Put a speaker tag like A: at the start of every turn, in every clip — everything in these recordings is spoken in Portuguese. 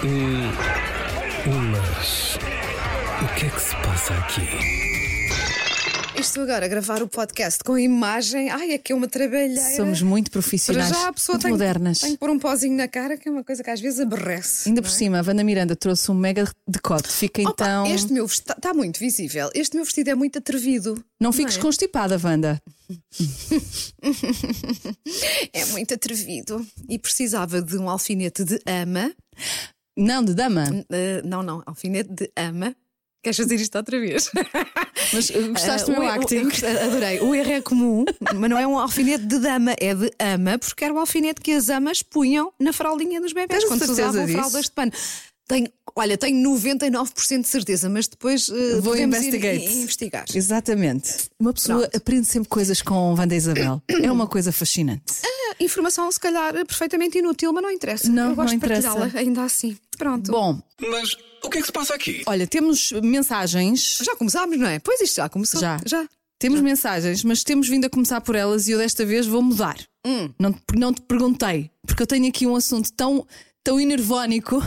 A: Hum, mas o que é que se passa aqui?
B: Estou agora a gravar o podcast com a imagem. Ai, é que é uma trabalheira.
C: Somos muito
B: Para
C: profissionais,
B: já a pessoa
C: muito
B: tem,
C: modernas.
B: tem que pôr um pozinho na cara, que é uma coisa que às vezes aborrece.
C: Ainda por cima, a Vanda Miranda trouxe um mega decote. Fica
B: é? Opa,
C: então.
B: Este meu vestido está muito visível. Este meu vestido é muito atrevido.
C: Não fiques
B: é?
C: constipada, Wanda.
B: É muito atrevido. E precisava de um alfinete de ama.
C: Não, de dama.
B: Eh, não, não, alfinete de ama. Queres fazer isto outra vez?
C: Mas uh, gostaste do
B: Ah,
C: meu
B: o- o-
C: acting?
B: gost- adorei. O erro é comum, mas não é um alfinete de dama, é de ama, porque era o alfinete que as amas punham na fraldinha dos bebés
C: Tens
B: quando se
C: certeza
B: usavam
C: disso?
B: fraldas de pano. Tenho, olha, tenho 99% de certeza, mas depois eh,
C: Vou
B: podemos ir-
C: investigate.
B: i- investigar.
C: Exatamente. Uma pessoa
B: Pronto.
C: aprende sempre coisas com Wanda Isabel. É uma coisa fascinante.
B: É Informação, se calhar, é perfeitamente inútil, mas não interessa.
C: Não,
B: Eu gosto
C: não
B: de
C: interessa.
B: partilhá-la, ainda assim. Pronto.
C: Bom,
A: Mas o que é que se passa aqui?
C: olha, temos mensagens.
B: já começámos, não é? Pois isto já começou.
C: Já.
B: já.
C: Temos mensagens, mas temos vindo a começar por elas e eu desta vez vou mudar.
B: Hum.
C: Não, te- não te perguntei, porque eu tenho aqui um assunto tão, tão enervónico.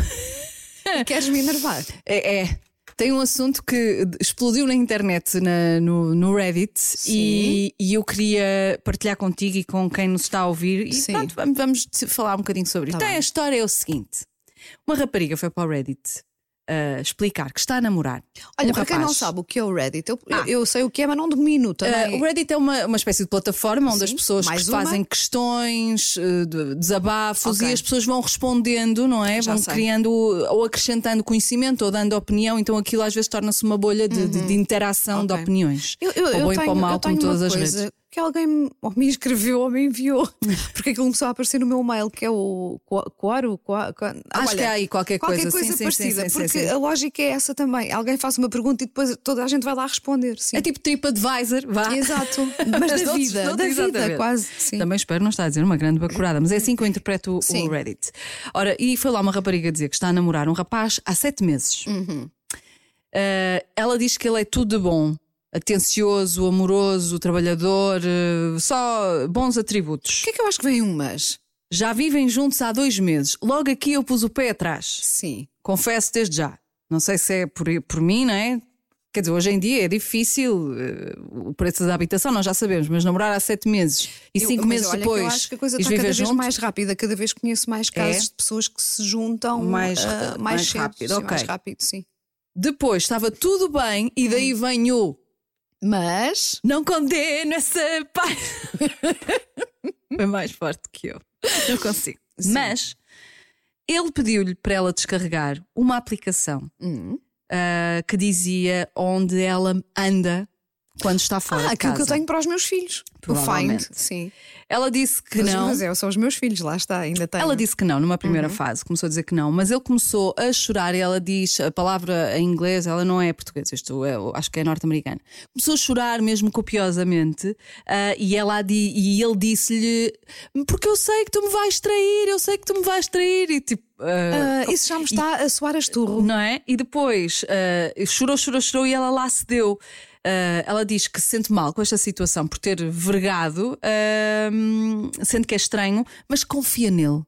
B: Queres me enervar?
C: É, é. Tem um assunto que explodiu na internet, na- no, no Reddit, e, e eu queria partilhar contigo e com quem nos está a ouvir. E
B: Sim.
C: pronto, vamos, vamos te falar um bocadinho sobre
B: Tá
C: isto. Então,
B: bem.
C: a história é o seguinte: uma rapariga foi para o Reddit ah, explicar que está a namorar.
B: Olha,
C: um
B: para quem
C: rapaz.
B: não sabe o que é o Reddit, eu,
C: Ah.
B: eu sei o que é, mas não domino
C: Ah,
B: também.
C: o Reddit é uma, uma espécie de plataforma onde
B: Sim,
C: as pessoas
B: mais
C: que
B: uma.
C: fazem questões, eh, de- desabafos
B: Ok.
C: e as pessoas vão respondendo, não é?
B: Já
C: vão
B: sei.
C: criando ou acrescentando conhecimento ou dando opinião, então aquilo às vezes torna-se uma bolha de, de- de interação de
B: Uhum. Ok.
C: opiniões.
B: Eu, eu,
C: para o
B: eu
C: bom e
B: tenho,
C: para o
B: eu
C: mal,
B: tenho
C: como todas
B: uma
C: as
B: coisa
C: vezes.
B: que alguém me- ou me escreveu ou me enviou, porque aquilo começou a aparecer no meu mail, que é o Quo- Quoro. Qua- Qua-
C: Acho
B: olha,
C: que há aí qualquer coisa,
B: qualquer coisa,
C: sim, sim,
B: parecida,
C: sim, sim,
B: porque
C: sim, sim.
B: a lógica é essa também. Alguém faz uma pergunta e depois toda a gente vai lá responder. Sim.
C: É tipo TripAdvisor, vá.
B: Exato, mas
C: Então, Mas
B: da
C: não-
B: vida,
C: não-
B: da vida
C: exatamente.
B: quase. Sim.
C: Também espero não estar a dizer uma grande bacurada, mas é assim que eu interpreto o-
B: Sim.
C: o Reddit. Ora, e foi lá uma rapariga dizer que está a namorar um rapaz há sete meses.
B: Uhum.
C: Eh, ela diz que ele é tudo de bom, atencioso, amoroso, trabalhador, eh, só bons atributos.
B: O que é que eu acho que vem um mas?
C: Já vivem juntos há dois meses. Logo aqui eu pus o pé atrás.
B: Sim.
C: Confesso desde já. Não sei se é por, por mim, não é? Quer dizer, hoje em dia é difícil eh, o preço da habitação, nós já sabemos, mas namorar há sete meses e
B: Eu-
C: cinco
B: mas
C: meses
B: olha que
C: depois
B: Eu acho que a coisa
C: e
B: está cada
C: viver
B: vez
C: juntos,
B: mais rápida, cada vez conheço mais casos
C: É?
B: de pessoas que se juntam
C: Mais
B: ah,
C: ra-
B: mais,
C: mais
B: cedo,
C: rápido,
B: sim,
C: ok.
B: mais rápido, sim.
C: Depois estava tudo bem e daí vem o
B: Hum. Mas
C: não condeno essa parte. Foi mais forte que eu. Não consigo.
B: Sim.
C: Mas ele pediu-lhe para ela descarregar uma aplicação
B: Hum.
C: ah, que dizia onde ela anda quando está fora
B: Ah,
C: de
B: aquilo
C: casa.
B: que eu tenho para os meus filhos. O Find,
C: Provavelmente.
B: sim.
C: Ela disse que
B: Mas-
C: não.
B: Mas é, são os meus filhos, lá está, ainda tenho.
C: Ela disse que não, numa primeira fase, começou a dizer que não, mas ele começou a chorar e ela diz a palavra em inglês, ela não é portuguesa, isto é, eu acho que é norte-americana. Começou a chorar mesmo copiosamente ah, e, ela, a di- e ele disse-lhe: Porque eu sei que tu me vais trair, eu sei que tu me vais trair, e tipo. ah,
B: Ah, isso já me está a soar a esturro.
C: não é? E depois ah, chorou, chorou, chorou e ela lá se deu. Ah, ela diz que se sente mal com esta situação por ter vergado, ah, sente que é estranho, mas confia nele.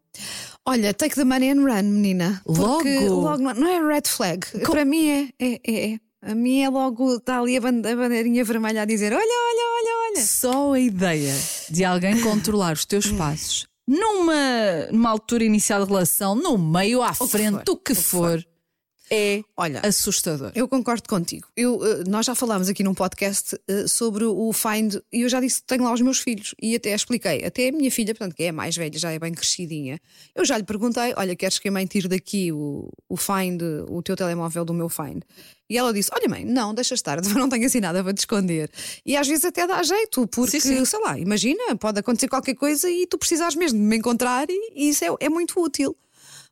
B: Olha, take the money and run, menina. Porque
C: Logo?
B: logo não- não é red flag. Para mim é, é, é, é. A minha é logo, está ali a, bande- a bandeirinha vermelha a dizer: olha, olha, olha, olha.
C: Só a ideia de alguém controlar os teus passos numa, numa altura inicial de relação, no meio, à
B: que
C: frente,
B: for,
C: o que for, é
B: Olha,
C: assustador.
B: Eu concordo contigo. Eu, eh, nós já falámos aqui num podcast eh, sobre o Find e eu já disse que tenho lá os meus filhos e até expliquei. Até a minha filha, portanto, que é a mais velha, já é bem crescidinha, eu já lhe perguntei: olha, queres que a mãe tire daqui o, o Find, o teu telemóvel do meu Find? E ela disse: Olha, mãe, não, deixa estar, não tenho assim nada para te esconder. E às vezes até dá jeito, porque,
C: Sim, sim.
B: sei lá, imagina, pode acontecer qualquer coisa e tu precisares mesmo de me encontrar e, e isso é, é muito útil.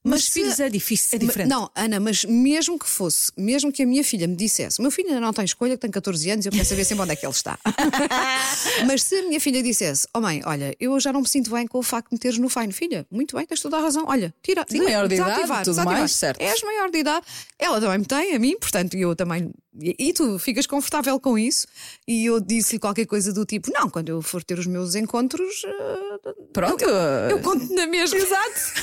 C: Mas
B: se-
C: filhos é difícil, é diferente.
B: não, Ana, mas mesmo que fosse, mesmo que a minha filha me dissesse, o meu filho ainda não tem escolha, que tem 14 anos, eu quero saber sempre onde é que ele está. mas se a minha filha dissesse, oh mãe, olha, eu já não me sinto bem com o facto de me teres no fine, filha, muito bem, tens toda a razão, olha, tira.
C: Sim, maior de idade,
B: desativar,
C: tudo
B: desativar.
C: mais, certo.
B: És maior de idade, ela também me tem, a mim, portanto, eu também. E, e tu ficas confortável com isso? E eu disse-lhe qualquer coisa do tipo, não, quando eu for ter os meus encontros, eh,
C: Pronto.
B: eu conto na mesma. Exato.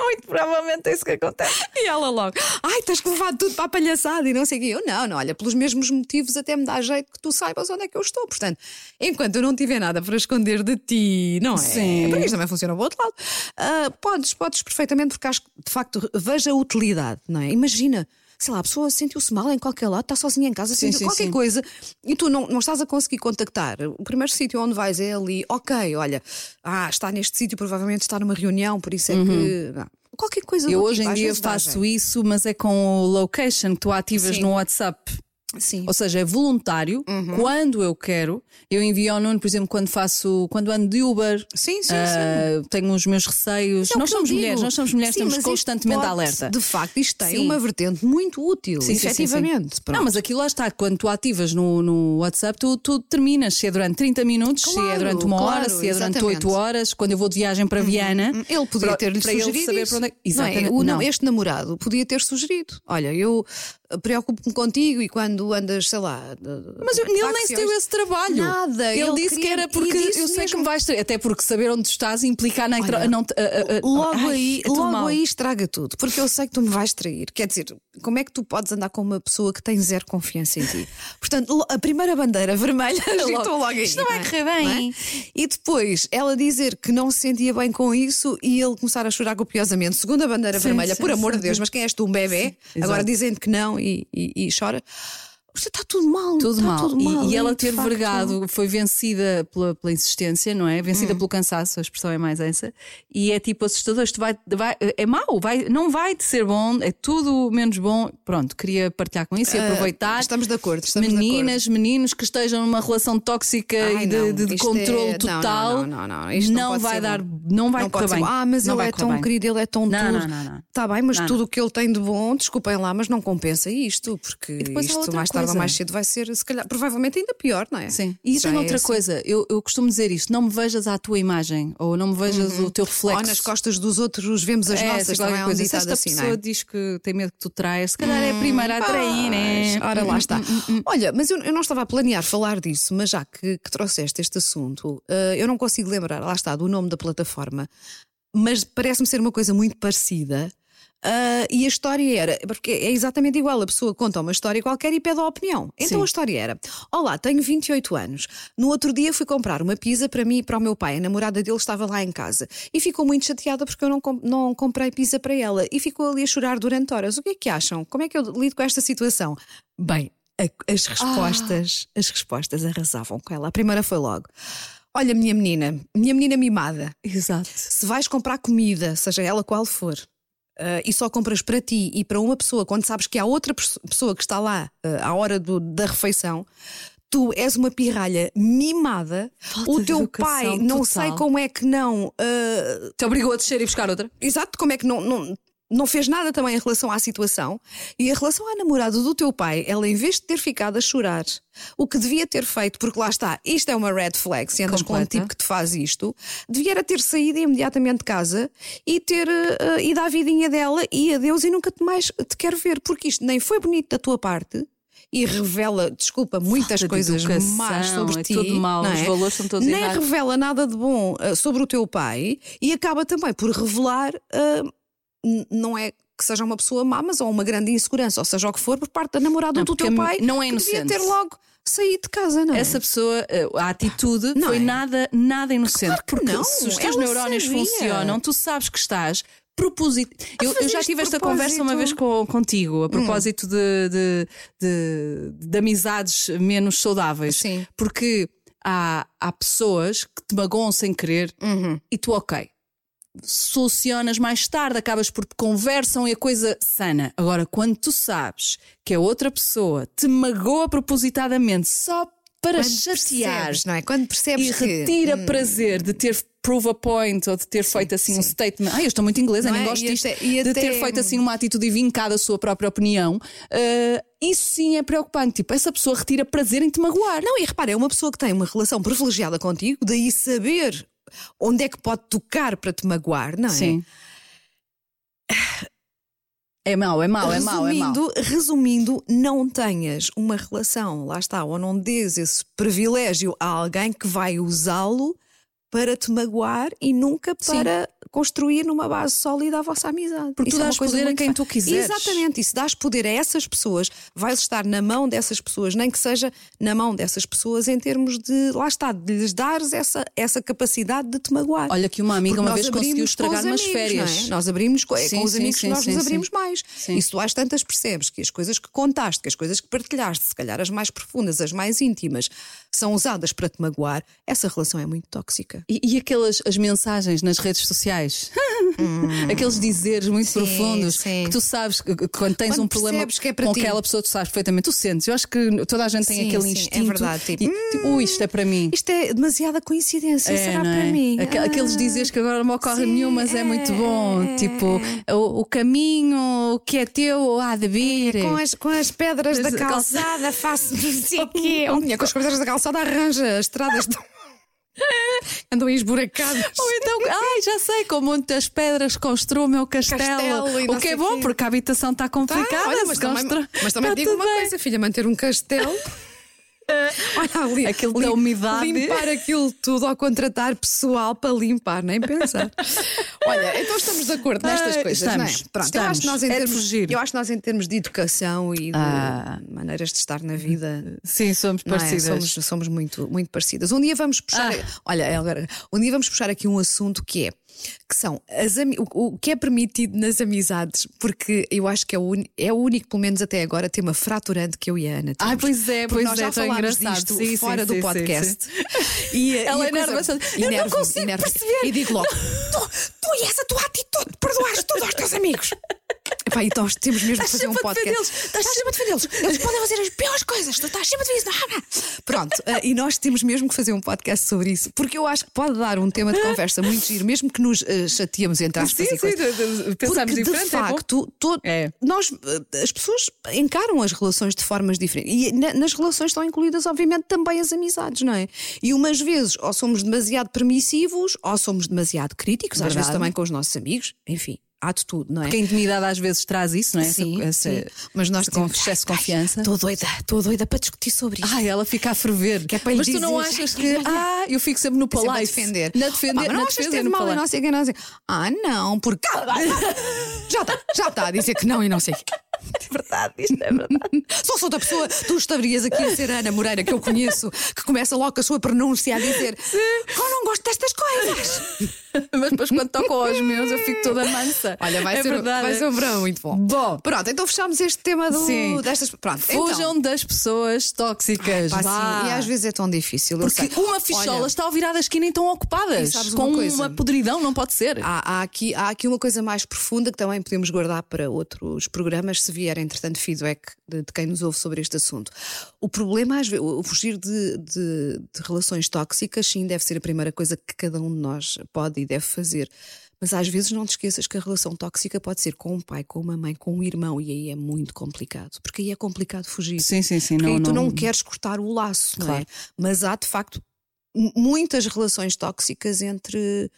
C: Muito provavelmente é isso que acontece.
B: E ela logo, ai, tens que levar tudo para a palhaçada e não sei o quê. Eu, não, não, olha, pelos mesmos motivos até me dá jeito que tu saibas onde é que eu estou. Portanto, enquanto eu não tiver nada para esconder de ti, não é?
C: Sim.
B: Porque isto também funciona para o outro lado. Ah, podes, podes perfeitamente, porque acho que de facto vejo a utilidade, não é? Imagina. Sei lá, a pessoa sentiu-se mal em qualquer lado, está sozinha em casa,
C: Sim,
B: sentiu
C: sim,
B: qualquer
C: sim.
B: coisa e tu não, não estás a conseguir contactar. O primeiro sítio onde vais é ali, ok, olha, ah, está neste sítio, provavelmente está numa reunião, por isso é que. não. Qualquer coisa
C: Uhum.
B: tipo,
C: Eu hoje em dia faço isso, mas é com o location que tu ativas
B: Sim.
C: no WhatsApp.
B: Sim.
C: Ou seja, é voluntário. Quando eu quero, eu envio ao Nuno, por exemplo, quando faço, quando ando de Uber,
B: Sim, sim, sim.
C: ah, tenho os meus receios.
B: É o
C: nós
B: que eu
C: somos
B: digo.
C: mulheres, nós somos mulheres,
B: Sim, mas
C: estamos
B: isto
C: constantemente
B: pode-
C: alerta.
B: De facto, isto tem
C: Sim.
B: uma vertente muito útil,
C: Sim, sim, sim, sim.
B: efetivamente. Pronto.
C: Não, mas aquilo lá está, quando tu ativas no, no WhatsApp, tu, tu terminas, se é durante 30 minutos, se é
B: Claro,
C: durante uma
B: claro,
C: hora, se é durante
B: exatamente. Uhum,
C: 8 horas, quando eu vou de viagem para Viana.
B: Hum, Ele podia
C: para-
B: ter-lhe
C: para ele
B: sugerido.
C: saber
B: isso.
C: para onde é-
B: Não é?
C: Exatamente,
B: O- não,
C: não.
B: Este namorado podia ter sugerido. Olha, eu eh, preocupo-me contigo e quando andas, sei lá.
C: Mas eu- ele nem se deu esse trabalho.
B: é Nada,
C: Ele,
B: ele
C: disse que
B: queria-
C: era
B: e
C: porque eu
B: disse
C: sei que
B: mesmo.
C: me vais ter. Até porque saber onde tu estás implica a neitro-
B: Olha,
C: a não te- a- a- a-
B: Logo
C: Ai,
B: aí,
C: é tão
B: logo
C: mau.
B: aí estraga tudo, porque eu sei que tu me vais trair. Quer dizer, como é que tu podes andar com uma pessoa que tem zero confiança em ti? Portanto, lo- a primeira bandeira vermelha agitou logo aí.
C: Isto não vai
B: é?
C: correr bem.
B: Não é? E depois ela dizer que não se sentia bem com isso e ele começar a chorar copiosamente. Segunda bandeira
C: Sim,
B: vermelha,
C: sim,
B: por amor
C: sim.
B: de Deus, mas quem és tu, um bebê?
C: Sim,
B: Agora
C: exato.
B: dizendo que não e, e- e chora. Isto está tudo mal.
C: Tudo
B: está
C: mal.
B: Tá Tudo
C: E-
B: mal
C: e, ela
B: de
C: ter
B: facto.
C: vergado, foi vencida pela, pela insistência, não é? Vencida
B: Hum.
C: pelo cansaço, a expressão é mais essa. E é tipo assustador, isto vai, vai- é mau, vai, não vai de ser bom, é tudo menos bom. Pronto, queria partilhar com isso e aproveitar.
B: Ah, Estamos de acordo, estamos de acordo.
C: Meninas, meninos que estejam numa relação tóxica
B: Ai,
C: e de,
B: não,
C: de- de
B: isto
C: controle
B: é- não,
C: total,
B: não, não, não, não, isto não pode
C: vai
B: ser
C: dar,
B: bom.
C: não vai
B: não
C: correr
B: pode
C: bem.
B: ser. Ah, mas
C: Não
B: ele
C: vai
B: é
C: correr
B: tão
C: bem.
B: querido, ele é tão
C: Não,
B: tudo.
C: não, não, não.
B: Está bem, mas
C: Não,
B: tudo o que ele tem de bom, desculpem lá, mas não compensa isto, porque
C: depois há
B: isto
C: outra
B: mais tarde ou
C: coisa.
B: mais cedo vai ser, se calhar, provavelmente ainda pior, não é?
C: Sim. E isso
B: Já
C: é outra
B: assim.
C: coisa, eu, eu costumo dizer isto: não me vejas à tua imagem ou não me vejas o teu reflexo.
B: Ou Uhum. nas costas dos outros vemos as
C: É,
B: nossas,
C: sei
B: também
C: qualquer
B: é um
C: coisa. E se
B: ditado
C: esta
B: assim, não
C: pessoa
B: é?
C: diz que tem medo que tu traias, se calhar é a primeira a trair, né?
B: Hum, Pois, Ora, lá está. Olha, mas eu, eu não estava a planear falar disso, mas já que, que trouxeste este assunto, eh, eu não consigo lembrar, lá está, do nome da plataforma, mas parece-me ser uma coisa muito parecida. Ah, e a história era, porque é exatamente igual, a pessoa conta uma história qualquer e pede a opinião. Então
C: Sim.
B: a história era: Olá, tenho 28 anos. No outro dia fui comprar uma pizza para mim e para o meu pai. A namorada dele estava lá em casa e ficou muito chateada porque eu não, com- não comprei pizza para ela e ficou ali a chorar durante horas. O que é que acham? Como é que eu lido com esta situação? Bem, a- as respostas, as respostas arrasavam com ela. A primeira foi logo: Olha, minha menina, minha menina mimada
C: Exato.
B: se vais comprar comida, seja ela qual for, ah, e só compras para ti e para uma pessoa, quando sabes que há outra perso- pessoa que está lá ah, à hora do- da refeição. Tu és uma pirralha mimada,
C: Falta
B: o
C: de
B: teu
C: educação
B: pai não
C: total.
B: sei como é que não ah,
C: Te obrigou a descer e buscar outra?
B: Exato, como é que não, não, não fez nada também em relação à situação. E em relação à namorada do teu pai, ela em vez de ter ficado a chorar, o que devia ter feito, porque lá está, isto é uma red flag, se andas com um
C: Completa.
B: tipo que te faz isto, devia era ter saído imediatamente de casa e ter eh, eh, ido à vidinha dela e adeus e nunca te mais te quero ver, porque isto nem foi bonito da tua parte. E revela, desculpa, muitas
C: de
B: coisas
C: educação,
B: más sobre
C: é
B: ti.
C: tudo mau,
B: não
C: os
B: é?
C: valores são todos
B: Nem
C: errados.
B: revela nada de bom ah, sobre o teu pai e acaba também por revelar, ah, n- não é que seja uma pessoa má, mas ou uma grande insegurança, ou seja o que for, por parte da namorada
C: Não,
B: do teu
C: porque
B: pai,
C: não é
B: que devia
C: inocente.
B: ter logo saído de casa, não é?
C: Essa pessoa, eh, a atitude
B: Não
C: foi
B: é.
C: nada, nada inocente.
B: Claro que
C: porque
B: não,
C: se os teus
B: ela
C: neurónios
B: sabia.
C: funcionam, tu sabes que estás. Propósito. Eu, eu
B: fazer
C: já
B: isto
C: tive
B: de propósito.
C: esta
B: Hum.
C: conversa uma vez com, contigo, a propósito de, de, de- de amizades menos saudáveis.
B: Sim.
C: Porque há, há pessoas que te magoam sem querer
B: Uhum.
C: e tu, ok. Solucionas mais tarde, acabas por conversam e a coisa sana. Agora, quando tu sabes que a outra pessoa te magoa propositadamente só
B: Quando
C: para é chatear
B: percebes, não é? Quando percebes
C: e
B: que- hum.
C: retira prazer de ter prove a point ou de ter feito assim um statement. Ai, eu estou muito inglesa,
B: Não
C: nem
B: é?
C: gosto
B: E
C: disto.
B: até- e
C: de
B: até- hum.
C: ter feito assim uma atitude e vincado a sua própria opinião. ah, isso sim é preocupante. Tipo, essa pessoa retira prazer em te magoar.
B: Não, e repara, é uma pessoa que tem uma relação privilegiada contigo, daí saber onde é que pode tocar para te magoar, não é?
C: É mau, é mau, é mau, é mau.
B: resumindo, resumindo, não tenhas uma relação, lá está, ou não dês esse privilégio a alguém que vai usá-lo para te magoar e nunca para construir numa base sólida a vossa amizade.
C: Porque tu
B: é uma
C: dás
B: coisa
C: poder a
B: muito
C: quem
B: fa-
C: tu quiseres.
B: Exatamente, isso dás poder a essas pessoas, vais estar na mão dessas pessoas, nem que seja na mão dessas pessoas em termos de, lá está, de lhes dares essa, essa capacidade de te magoar.
C: Olha que uma amiga
B: Porque
C: uma
B: nós
C: vez conseguiu
B: abrimos com os
C: estragar umas
B: amigos,
C: férias.
B: não é? Nós abrimos co- é
C: Sim,
B: com os
C: sim,
B: amigos
C: sim,
B: que nós
C: sim,
B: nos
C: sim.
B: abrimos mais.
C: Sim.
B: E se tu às tantas percebes que as coisas que contaste, que as coisas que partilhaste, se calhar as mais profundas, as mais íntimas, são usadas para te magoar, essa relação é muito tóxica.
C: E, e aquelas as mensagens nas redes sociais, aqueles dizeres muito
B: Hum. Sim,
C: profundos
B: sim.
C: que tu sabes que, que quando tens
B: Quando
C: um problema
B: percebes que é para
C: com
B: ti.
C: aquela pessoa, tu sabes perfeitamente, tu sentes. Eu acho que toda a gente tem
B: Sim,
C: aquele
B: sim, é
C: instinto.
B: verdade, tipo,
C: e, tipo, "Ui, isto é para mim.
B: Isto é demasiada coincidência,
C: É,
B: será
C: não
B: para
C: é?
B: mim?
C: Aqu- Aqueles
B: Ah.
C: dizeres que agora não me ocorre
B: sim,
C: nenhum, mas é,
B: é,
C: muito bom.
B: é,
C: Tipo, o, o caminho que é teu há de vir.
B: É, Com as, com as pedras da
C: Mas a calça-
B: calçada faço não sei o quê. Ou melhor, com as pedras da calçada arranja as estradas. tão- Andam aí esburacadas.
C: Ou então, ai, já sei, com muitas pedras construo o meu castelo.
B: Castelo e não
C: o que
B: sei
C: é bom,
B: quê.
C: porque a habitação está
B: Tá,
C: complicada.
B: olha,
C: se
B: mas, também,
C: constru-
B: mas também
C: Tá
B: digo
C: tudo
B: uma
C: bem.
B: coisa, filha, manter um castelo. Eh, Olha ali,
C: Aquilo da umidade.
B: Limpar aquilo tudo ao contratar pessoal para limpar, nem pensar. Olha, então estamos de acordo nestas
C: Ah,
B: coisas, não é?
C: estamos,
B: Pronto, Eu, acho
C: estamos.
B: que nós em
C: É de
B: termos,
C: fugir.
B: eu acho que nós em termos de educação e de
C: Ah.
B: maneiras de estar na vida
C: Sim, somos
B: não é?
C: parecidas. Ah.
B: Somos, somos muito, muito parecidas. Um dia vamos puxar. Olha, agora, um dia vamos puxar aqui um assunto que é que são as ami- o, o que é permitido nas amizades, porque eu acho que é o, uni- é o único, pelo menos até agora, tema fraturante que eu e a Ana temos.
C: Ai, pois é,
B: Porque
C: pois
B: nós
C: é,
B: já
C: tão
B: falámos
C: engraçado.
B: disto
C: Sim, sim,
B: fora
C: sim,
B: do
C: sim,
B: podcast. E,
C: Ela
B: a
C: enerva-se.
B: coisa-
C: Eu não
B: enerva-me,
C: consigo
B: enerva-me.
C: perceber.
B: E digo logo: tu, tu e essa tua atitude, perdoaste tudo aos teus amigos. Epá, então nós temos mesmo de
C: Estás
B: fazer um
C: sempre a
B: podcast.
C: defendê-los. Estás sempre a defendê-los.
B: Eles podem fazer as piores coisas, tu estás sempre a dizer isso. Pronto, eh, e nós temos mesmo que fazer um podcast sobre isso, porque eu acho que pode dar um tema de conversa muito giro, mesmo que nos eh, chateemos entre aspas
C: Sim,
B: e coisas.
C: sim, pensamos
B: Porque,
C: diferente.
B: de facto, to-
C: É.
B: nós, eh, as pessoas encaram as relações de formas diferentes. E na- nas relações estão incluídas, obviamente, também as amizades, não é? E umas vezes, ou somos demasiado permissivos, ou somos demasiado críticos, às
C: Verdade.
B: vezes também com os nossos amigos, enfim, há de tudo, não é?
C: Porque a intimidade às vezes traz isso, não é? Essa-
B: Sim,
C: essa-
B: sim. mas nós
C: com
B: temos
C: excesso de confiança. Ah,
B: Estou doida, estou doida para discutir sobre isto.
C: Ai, ela fica a ferver.
B: Que é para lhe
C: Mas tu não
B: dizer,
C: achas
B: ai,
C: que.
B: olha.
C: Ah, eu fico sempre no
B: Sempre a
C: palais.
B: defender.
C: Na defender,
B: Opa, mas
C: na
B: não achas que
C: defesa,
B: é
C: no
B: mal e
C: palais.
B: não sei o que, não sei. Ah, não, porque. Já está, já está a dizer que não e não sei o quê.
C: É verdade, isto é verdade.
B: Só se outra pessoa, tu estarias aqui a ser a Ana Moreira, que eu conheço, que começa logo com a sua pronúncia a dizer: Eu não gosto destas coisas.
C: Mas depois quando tocam aos meus, eu fico toda mansa.
B: Olha, vai,
C: é
B: ser,
C: verdade.
B: vai ser um verão muito bom.
C: Bom.
B: pronto, então fechamos este tema do,
C: Sim.
B: destas. Pronto,
C: Fujam das pessoas tóxicas.
B: Então, pá,
C: vá.
B: sim, e às vezes é tão difícil. eu
C: Porque
B: sei.
C: uma fichola
B: Olha,
C: está ao virar da esquina e estão
B: E
C: ocupadas.
B: sabes uma
C: com
B: coisa? Ah,
C: uma podridão, não pode ser.
B: Há, há aqui, há aqui uma coisa mais profunda que também podemos guardar para outros programas, se vier, entretanto, feedback de, de quem nos ouve sobre este assunto. O problema, às vezes, o o fugir de, de- de relações tóxicas, sim, deve ser a primeira coisa que cada um de nós pode e deve fazer. Mas às vezes não te esqueças que a relação tóxica pode ser com um pai, com uma mãe, com um irmão, e aí é muito complicado, porque aí é complicado fugir.
C: Sim, sim, sim.
B: Porque
C: Não,
B: aí tu não,
C: não
B: queres cortar o laço, não é?
C: Claro.
B: Mas há de facto m- muitas relações tóxicas entre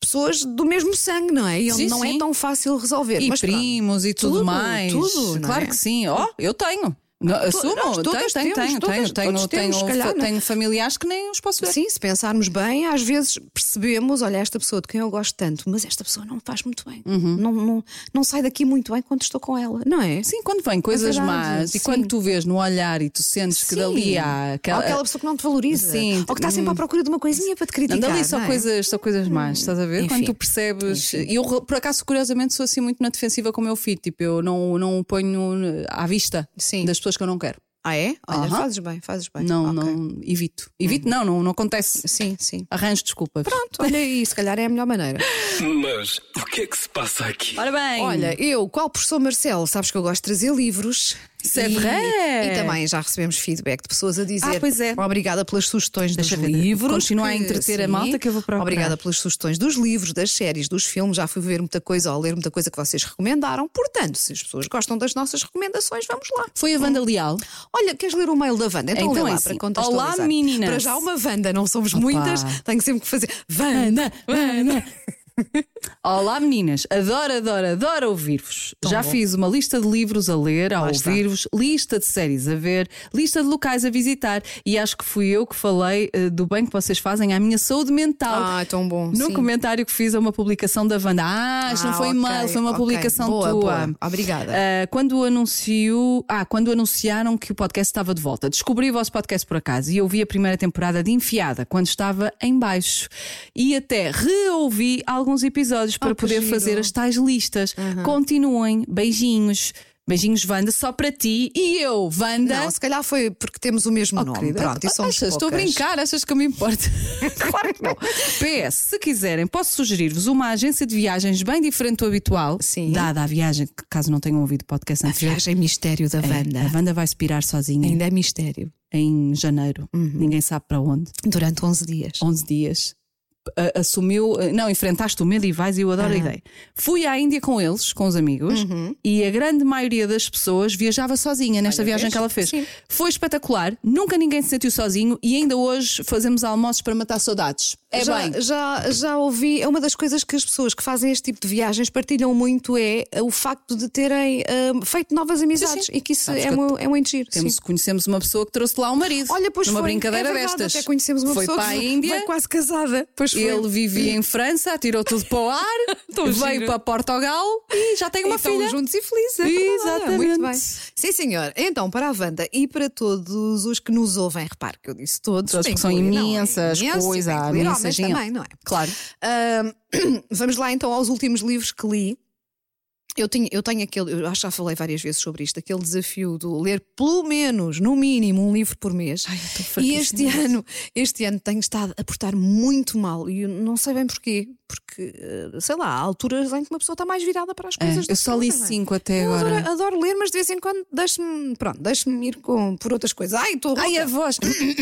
B: pessoas do mesmo sangue, não é? E onde
C: Sim,
B: não é
C: sim.
B: tão fácil resolver.
C: E
B: mas pronto.
C: primos e tudo,
B: Tudo,
C: mais.
B: tudo, não
C: claro
B: é?
C: que sim. Ó, eu tenho. Não, Assumo,
B: nós todas temos,
C: tenho, tenho, tenho,
B: todas-
C: tenho, tenho,
B: todos
C: tenho,
B: temos, se calhar,
C: fa-
B: não é?
C: tenho familiares que nem os posso ver.
B: Sim, se pensarmos bem, às vezes percebemos, olha, esta pessoa de quem eu gosto tanto, mas esta pessoa não me faz muito bem.
C: Uhum.
B: Não, não, não sai daqui muito bem quando estou com ela, não é?
C: Sim, quando vêm coisas
B: verdade,
C: más
B: sim.
C: e quando tu vês no olhar e tu sentes que dali há
B: Ou aquela pessoa que não te valoriza.
C: Sim. hum.
B: Ou que está sempre à procura de uma coisinha para te criticar.
C: Anda ali só
B: não é? Hum,
C: coisas, só coisas más, estás a ver?
B: Enfim.
C: Quando tu percebes. E eu, por acaso, curiosamente, sou assim muito na defensiva com o meu filho. Tipo, eu não, não o ponho à vista
B: Sim.
C: das pessoas que eu não quero.
B: Ah, é? Olha,
C: Aham.
B: fazes bem, fazes bem.
C: Não,
B: Ok. Uhum.
C: não. Evito. Evito, não, não, não acontece.
B: Sim, sim.
C: Arranjo desculpas.
B: Pronto, olha aí, se calhar é a melhor maneira.
A: Mas o que é que se passa aqui?
C: Ora bem.
B: Olha, eu, qual professor Marcelo, sabes que eu gosto de trazer livros.
C: C'est
B: E-
C: vrai.
B: E também já recebemos feedback de pessoas a dizer
C: Ah, pois é.
B: obrigada pelas sugestões
C: Deixa
B: dos
C: eu ver.
B: livros.
C: Continua a
B: que-
C: entreter a
B: sim.
C: malta que eu vou procurar.
B: Obrigada pelas sugestões dos livros, das séries, dos filmes. Já fui ver muita coisa ou ler muita coisa que vocês recomendaram. Portanto, se as pessoas gostam das nossas recomendações, vamos lá.
C: Foi a Wanda Leal.
B: Olha, queres ler o mail da Wanda? Então,
C: Então
B: lê lá
C: é assim.
B: para contextualizar.
C: Olá, meninas.
B: Para já uma Wanda, não somos muitas, tenho sempre que fazer Wanda, Wanda.
C: Olá meninas, adoro, adoro, adoro ouvir-vos. Já fiz uma lista de livros a ler, a
B: Lá está.
C: ouvir-vos, lista de séries a ver, lista de locais a visitar e acho que fui eu que falei eh, do bem que vocês fazem à minha saúde mental.
B: Ah, tão bom.
C: No
B: sim.
C: comentário que fiz a uma publicação da Wanda. Ah, isto
B: Ah,
C: não foi
B: ok,
C: e-mail, foi uma
B: ok.
C: publicação
B: Boa,
C: tua.
B: boa. Obrigada.
C: Ah, quando anuncio, ah, quando anunciaram que o podcast estava de volta, descobri o vosso podcast por acaso e ouvi a primeira temporada de Enfiada quando estava em baixo e até reouvi alguns episódios para
B: Oh, que
C: poder
B: giro.
C: fazer as tais listas. Continuem, beijinhos. Beijinhos, Wanda, só para ti e eu, Wanda.
B: Não, se calhar foi porque temos o mesmo nome.
C: Oh, Querida, então
B: Pronto, é um e somos
C: achas, estou a
B: poucas.
C: brincar, achas que eu me importo? claro que não. PS, se quiserem, posso sugerir-vos uma agência de viagens bem diferente do habitual,
B: Sim.
C: dada a viagem, que caso não tenham ouvido o podcast
B: A
C: anterior.
B: viagem mistério da Wanda.
C: É, a Wanda vai se pirar sozinha
B: Ainda Uhum. é mistério.
C: em janeiro, ninguém sabe para onde.
B: Durante 11 dias.
C: 11 dias. A- Assumiu, eh, não, enfrentaste o medo e vais, e eu adoro a ideia. Fui à Índia com eles, com os amigos,
B: Uhum.
C: e a grande maioria das pessoas viajava sozinha nesta viagem
B: vês?
C: que ela fez.
B: Sim.
C: Foi espetacular, nunca ninguém se sentiu sozinho, e ainda hoje fazemos almoços para matar saudades. É
B: já,
C: bem.
B: já, já ouvi, é uma das coisas que as pessoas que fazem este tipo de viagens partilham muito é eh, o facto de terem eh, feito novas amizades e que isso
C: Sabes
B: é,
C: que eu
B: um, é um engiro.
C: Temos,
B: sim.
C: conhecemos uma pessoa que trouxe lá um marido.
B: Olha, pois
C: numa
B: foi,
C: brincadeira
B: é verdade,
C: destas.
B: Até conhecemos uma
C: foi
B: pessoa
C: para
B: que
C: a
B: foi-
C: Índia.
B: foi quase casada. Pois foi.
C: Ele vivia em França, atirou tudo para o ar, veio
B: giro.
C: para Portugal e já tem uma
B: Então,
C: filha.
B: juntos e felizes. é verdade.
C: Exatamente.
B: Muito bem. Sim, senhor. Então, para a Wanda e para todos os que nos ouvem, repare que eu disse todos.
C: Pessoas
B: para
C: que são
B: incluir- não, é?
C: imensas
B: imensos, para
C: coisas, há
B: incluir
C: imensa
B: homens
C: gente.
B: também, não é?
C: Claro.
B: Ahm, vamos lá então aos últimos livros que li. Eu tenho, eu tenho aquele, eu acho que já falei várias vezes sobre isto, aquele desafio de ler pelo menos, no mínimo, um livro por mês. e este ano, este ano tenho estado a portar muito mal e eu não sei bem porquê, porque eh, sei lá, há alturas em que uma pessoa está mais virada para as coisas.
C: eu
B: do
C: só
B: que
C: li
B: outra, não é?
C: cinco até
B: Eu
C: agora.
B: adoro, adoro ler, mas de vez em quando deixo-me, pronto, deixo-me ir com, por outras coisas. Ai, estou rouca.
C: Ai, a voz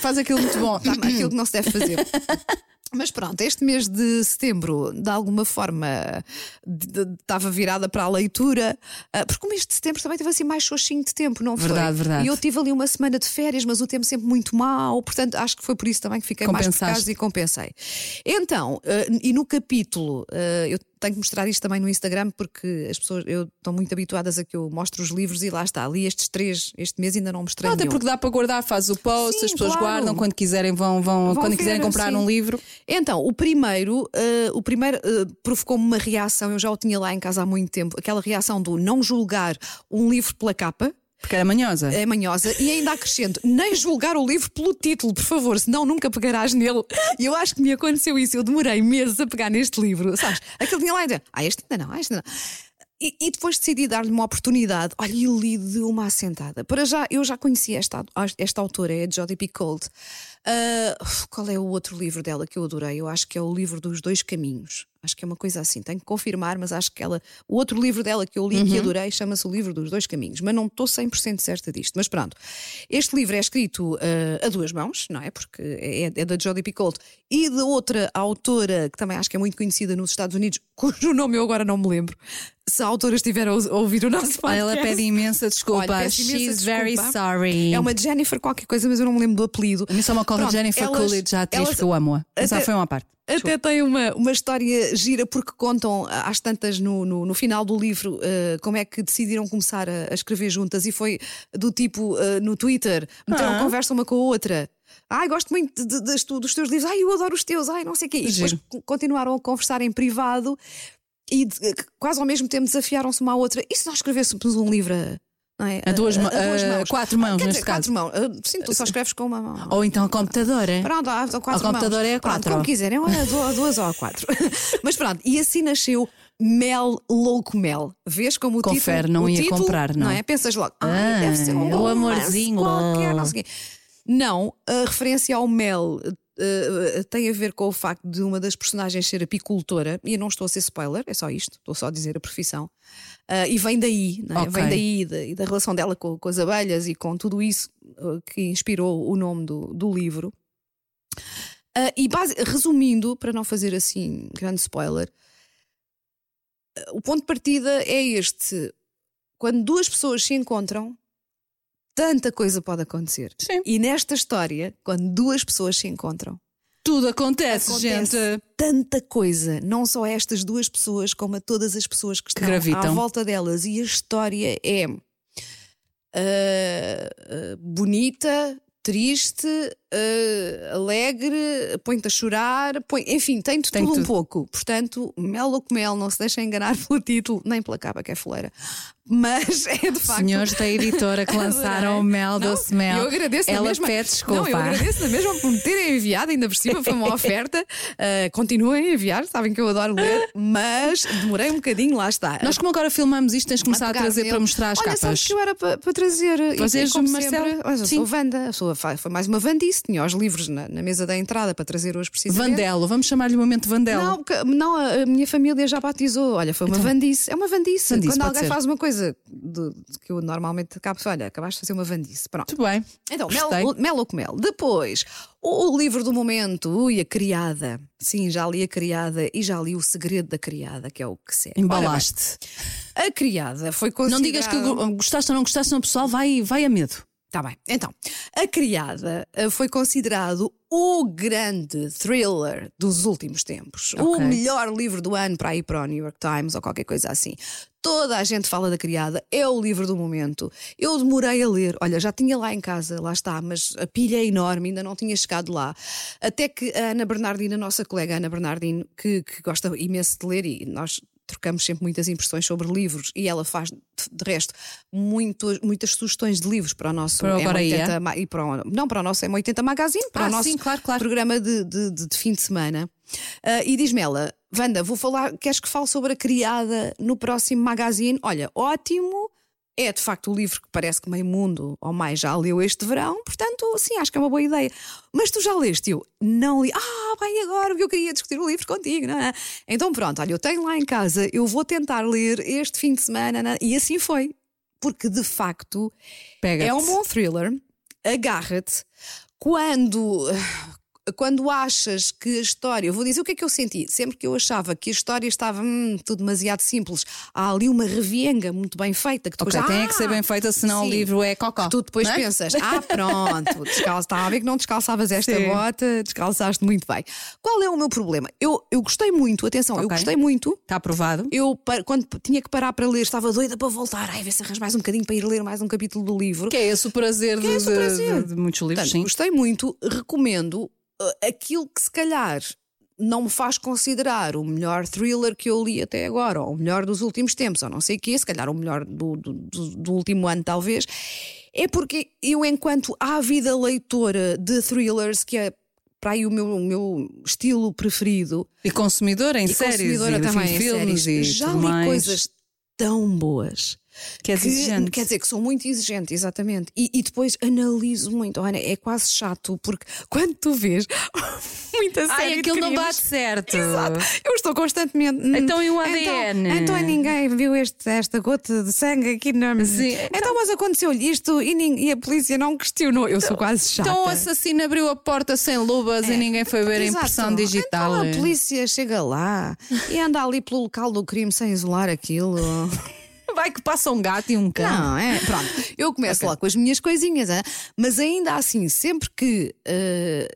C: faz aquilo muito bom.
B: Tá, aquilo que não se deve fazer. Mas pronto, este mês de setembro, de alguma forma, de- de- estava virada para a leitura, ah, porque o mês de setembro também teve assim mais xoxinho de tempo, não foi?
C: Verdade, verdade.
B: E eu tive ali uma semana de férias, mas o tempo sempre muito mau, portanto acho que foi por isso também que fiquei mais por
C: Compensaste.
B: casa e compensei. Então, ah, e no capítulo, ah, eu tenho que mostrar isto também no Instagram, porque as pessoas eu, estão muito habituadas a que eu mostre os livros e lá está, li estes três este mês e ainda não mostrei.
C: Até
B: nenhum.
C: porque dá para guardar, faz o post,
B: Sim,
C: as pessoas
B: claro.
C: guardam, quando quiserem vão, vão,
B: Vão
C: quando
B: ver,
C: quiserem comprar
B: sim.
C: um livro.
B: Então, o primeiro, eh, o primeiro eh, provocou-me uma reação, eu já o tinha lá em casa há muito tempo, aquela reação do não julgar um livro pela capa.
C: Porque era manhosa.
B: É manhosa, e ainda acrescento, nem julgar o livro pelo título, por favor, senão nunca pegarás nele. E eu acho que me aconteceu isso, eu demorei meses a pegar neste livro, sabes? Aquele tinha lá e dizia, ah, este ainda não, ah, este ainda não. E, e depois decidi dar-lhe uma oportunidade. Olha, e li de uma assentada. Para já, eu já conhecia esta, esta autora, é a Jodie Picoult. Ah, uf, qual é o outro livro dela que eu adorei? Eu acho que é o livro dos dois caminhos. Acho que é uma coisa assim, tenho que confirmar, mas acho que ela. O outro livro dela que eu li e
C: Uhum.
B: que adorei chama-se O Livro dos Dois Caminhos, mas não estou 100% certa disto. Mas pronto, este livro é escrito ah, a duas mãos, não é? Porque é, é da Jodie Picoult e da outra autora que também acho que é muito conhecida nos Estados Unidos, cujo nome eu agora não me lembro. Se a autora estiver a ou- a ouvir o nosso
C: Ah,
B: podcast.
C: Ela pede imensa desculpa.
B: Olha, peço imensa
C: She's
B: desculpa.
C: very sorry.
B: É uma Jennifer qualquer coisa, mas eu não me lembro do apelido.
C: A mim só me ocorre
B: Pronto,
C: Jennifer
B: elas-
C: Coolidge, a atriz,
B: elas-
C: porque eu amo-a. Mas só
B: até-
C: foi uma parte.
B: Até tem uma, uma história gira porque contam ah, às tantas no, no, no final do livro ah, como é que decidiram começar a, a escrever juntas e foi do tipo ah, no Twitter, meteram
C: Ah.
B: conversa uma com a outra. Ai, gosto muito de- das tu- dos teus livros, ai, eu adoro os teus, ai, não sei o quê. E depois
C: Giro.
B: co- continuaram a conversar em privado e de- quase ao mesmo tempo desafiaram-se uma à outra. E se nós escrevêssemos um livro a, não é?
C: A duas, mãos,
B: duas
C: a-
B: mãos?
C: quatro mãos,
B: Quer
C: neste
B: dizer, quatro
C: caso.
B: mãos. Ah, Sim, tu só escreves com uma mão.
C: Ou então a computadora.
B: Pronto, há quatro
C: Ao computador
B: mãos.
C: é a
B: Pronto,
C: quatro.
B: como quiserem, ou a du- a duas ou a quatro. Mas pronto, e assim nasceu Mel Louco Mel. Vês como o
C: Confere,
B: título.
C: não
B: o
C: ia
B: título,
C: comprar, não.
B: é? Pensas logo, ah,
C: Ah,
B: deve ser um
C: é o
B: romance
C: amorzinho.
B: Qualquer, não, sei o quê. não, a referência ao Mel. eh, eh, tem a ver com o facto de uma das personagens ser apicultora, e eu não estou a ser spoiler, é só isto, estou só a dizer a profissão, Ah, e vem daí, não é?
C: Ok.
B: vem daí e da, e da relação dela com, com as abelhas e com tudo isso eh, que inspirou o nome do- do livro. Ah, e base- resumindo, para não fazer assim grande spoiler, ah, o ponto de partida é este: quando duas pessoas se encontram, tanta coisa pode acontecer.
C: Sim.
B: E nesta história, quando duas pessoas se encontram,
C: Tudo acontece,
B: Acontece
C: gente.
B: tanta coisa, não só a estas duas pessoas, como a todas as pessoas que estão à
C: gravitam.
B: volta delas. E a história é ah, ah, bonita, triste, ah, alegre, põe-te a chorar, põe... enfim, tem de
C: Tem
B: tudo um
C: tudo.
B: pouco. Portanto, mel ou comel, não se deixem enganar pelo título, nem pela capa que é foleira. Mas é de facto.
C: Senhores da editora que lançaram
B: Adorei.
C: o Mel
B: Não,
C: Doce Mel.
B: Eu agradeço
C: Ela
B: a mesma.
C: pede desculpa.
B: Não, eu agradeço a mesma por me terem enviado, ainda por cima foi uma oferta. Uh, continuem a enviar, sabem que eu adoro ler, mas demorei um bocadinho, lá está.
C: Nós, como agora filmamos isto, tens de começar a,
B: pegar
C: trazer
B: nele.
C: para mostrar as
B: Olha,
C: capas.
B: sabes que eu era para para trazer. E
C: Trazeres
B: como
C: o Marcelo?
B: sempre, Mas eu
C: Sim.
B: sou Wanda, eu sou, fa- foi mais uma Vandice, tinha os livros na, na mesa da entrada para trazer hoje precisamente.
C: Vandelo, vamos chamar-lhe o momento Vandelo.
B: Não, porque- não, a a minha família já batizou. Olha, foi uma vandice. É uma vandice.
C: Vandice,
B: Quando
C: Então. pode
B: alguém
C: ser.
B: faz uma coisa do- do que eu normalmente acabo, olha, acabaste de fazer uma vandice. Pronto.
C: Muito bem.
B: Então,
C: Gostei.
B: mel, mel ou comel. Depois, o, o livro do momento, ui, a criada. Sim, já li a criada e já li o segredo da criada, que é o que segue.
C: Embalaste.
B: Ora bem, A criada foi
C: Não
B: considerada.
C: digas que go- gostaste ou não gostaste, senão o pessoal vai, vai a medo.
B: Tá bem. Então, a criada eh, foi considerado o grande thriller dos últimos tempos. O
C: Ok.
B: melhor livro do ano para ir para o New York Times ou qualquer coisa assim. Toda a gente fala da criada, é o livro do momento. Eu demorei a ler, olha, já tinha lá em casa, lá está, mas a pilha é enorme, ainda não tinha chegado lá. Até que a Ana Bernardino, a nossa colega Ana Bernardino, que, que gosta imenso de ler e nós trocamos sempre muitas impressões sobre livros e ela faz, de de resto, muito- muitas sugestões de livros para o nosso
C: Para o Agora
B: M80
C: Ia.
B: ma- e para o- não, para o nosso M80 Magazine, para
C: Ah,
B: o nosso
C: sim, claro, claro.
B: programa de, de- de- de fim de semana. Ah, e diz-me ela, Wanda, vou falar, queres que fale sobre a criada no próximo magazine? Olha, ótimo. É de facto o livro que parece que meio mundo ou mais já leu este verão, portanto, sim, acho que é uma boa ideia. Mas tu já leste? Eu não li. Ah, bem, agora, porque eu queria discutir o livro contigo. Não, não. Então, pronto, olha, eu tenho lá em casa, eu vou tentar ler este fim de semana, não, e assim foi. Porque de facto
C: Pega-te.
B: é um bom thriller. Agarra-te. Quando. Quando achas que a história. Eu vou dizer o que é que eu senti. Sempre que eu achava que a história estava hum, tudo demasiado simples, há ali uma revienga muito bem feita. Que depois,
C: Ok, tem é
B: ah,
C: que ser bem feita, senão
B: sim.
C: o livro é cocó.
B: Tu depois
C: não é?
B: pensas, ah, pronto, descalço, estava a ver que não descalçavas esta
C: Sim.
B: bota, descalçaste muito bem. Qual é o meu problema? Eu, eu gostei muito, atenção, eu
C: Ok.
B: gostei muito,
C: Está aprovado.
B: eu, pa- quando p- tinha que parar para ler, estava doida para voltar. Ai, vê se arranjo mais um bocadinho para ir ler mais um capítulo do livro.
C: Que é esse o prazer,
B: Que é esse o
C: de,
B: prazer.
C: de- de muitos livros,
B: Portanto,
C: sim.
B: gostei muito, recomendo uh, aquilo que se calhar não me faz considerar o melhor thriller que eu li até agora, ou o melhor dos últimos tempos, ou não sei o quê, se calhar o melhor do, do- do- do último ano, talvez, é porque eu, enquanto ávida leitora de thrillers, que é para aí o meu, o meu estilo preferido,
C: E consumidora em
B: e
C: séries
B: consumidora
C: e
B: também em
C: filmes
B: séries,
C: e
B: já
C: tudo
B: li
C: mais.
B: coisas tão boas
C: que és exigente.
B: quer dizer que sou muito exigente, exatamente. E, e depois analiso muito. Olha, é quase chato, porque quando tu vês muita série.
C: Ai,
B: de
C: aquilo não
B: crimes-
C: bate certo.
B: Exato. Eu estou constantemente. "Hum,
C: Então e o ADN?"
B: Então, então ninguém viu este- esta gota de sangue aqui na.
C: Sim,
B: Então, mas aconteceu-lhe isto e, nin- e a polícia não questionou. Eu sou quase chata.
C: Então o assassino abriu a porta sem luvas e ninguém foi ver
B: É.
C: a
B: Exato.
C: impressão digital.
B: Então a polícia chega lá e anda ali pelo local do crime sem isolar aquilo.
C: Vai que passa um gato e um cão.
B: Não, é. Pronto, eu começo lá com as minhas coisinhas, hã? mas ainda assim, sempre que. eh,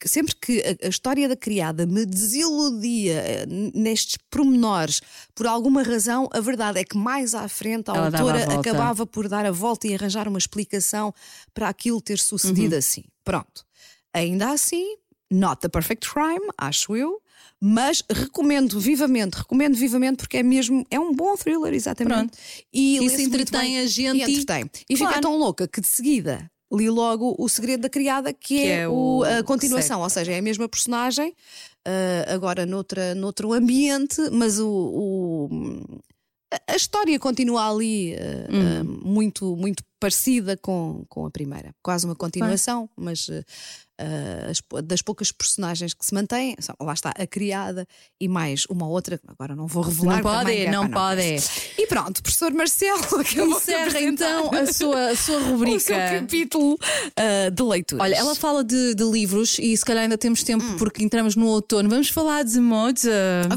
B: que Sempre que a, a história da criada me desiludia eh, n- nestes pormenores, por alguma razão, a verdade é que mais à frente a
C: Ela dava a
B: autora
C: volta.
B: acabava por dar a volta e arranjar uma explicação para aquilo ter sucedido assim. Pronto. Ainda assim, not the perfect crime, acho eu, mas recomendo vivamente, recomendo vivamente porque é mesmo, é um bom thriller, exatamente.
C: Pronto.
B: E,
C: E
B: lê-se
C: se entretém
B: muito bem.
C: a gente
B: E entretém. E
C: Claro.
B: fiquei tão louca que de seguida li logo O Segredo da Criada, que, é,
C: é
B: o-
C: o-
B: a continuação, ou seja, é a mesma personagem, ah, agora noutra, noutro ambiente, mas o. o- a- a história continua ali ah,
C: Uhum.
B: ah, muito, muito parecida com, com a primeira. Quase uma continuação, mas ah, ah, as pou- das poucas personagens que se mantêm, são- lá está a criada e mais uma outra, agora não vou revelar.
C: Não pode,
B: também, que é
C: não
B: pá,
C: pode.
B: E E pronto, professor Marcelo acabou de
C: Encerra
B: apresentar
C: então a sua, a sua rubrica.
B: o seu capítulo ah, de Hum. leitura.
C: Olha, ela fala de, de livros e se calhar ainda temos tempo porque entramos no outono. Vamos falar de moda.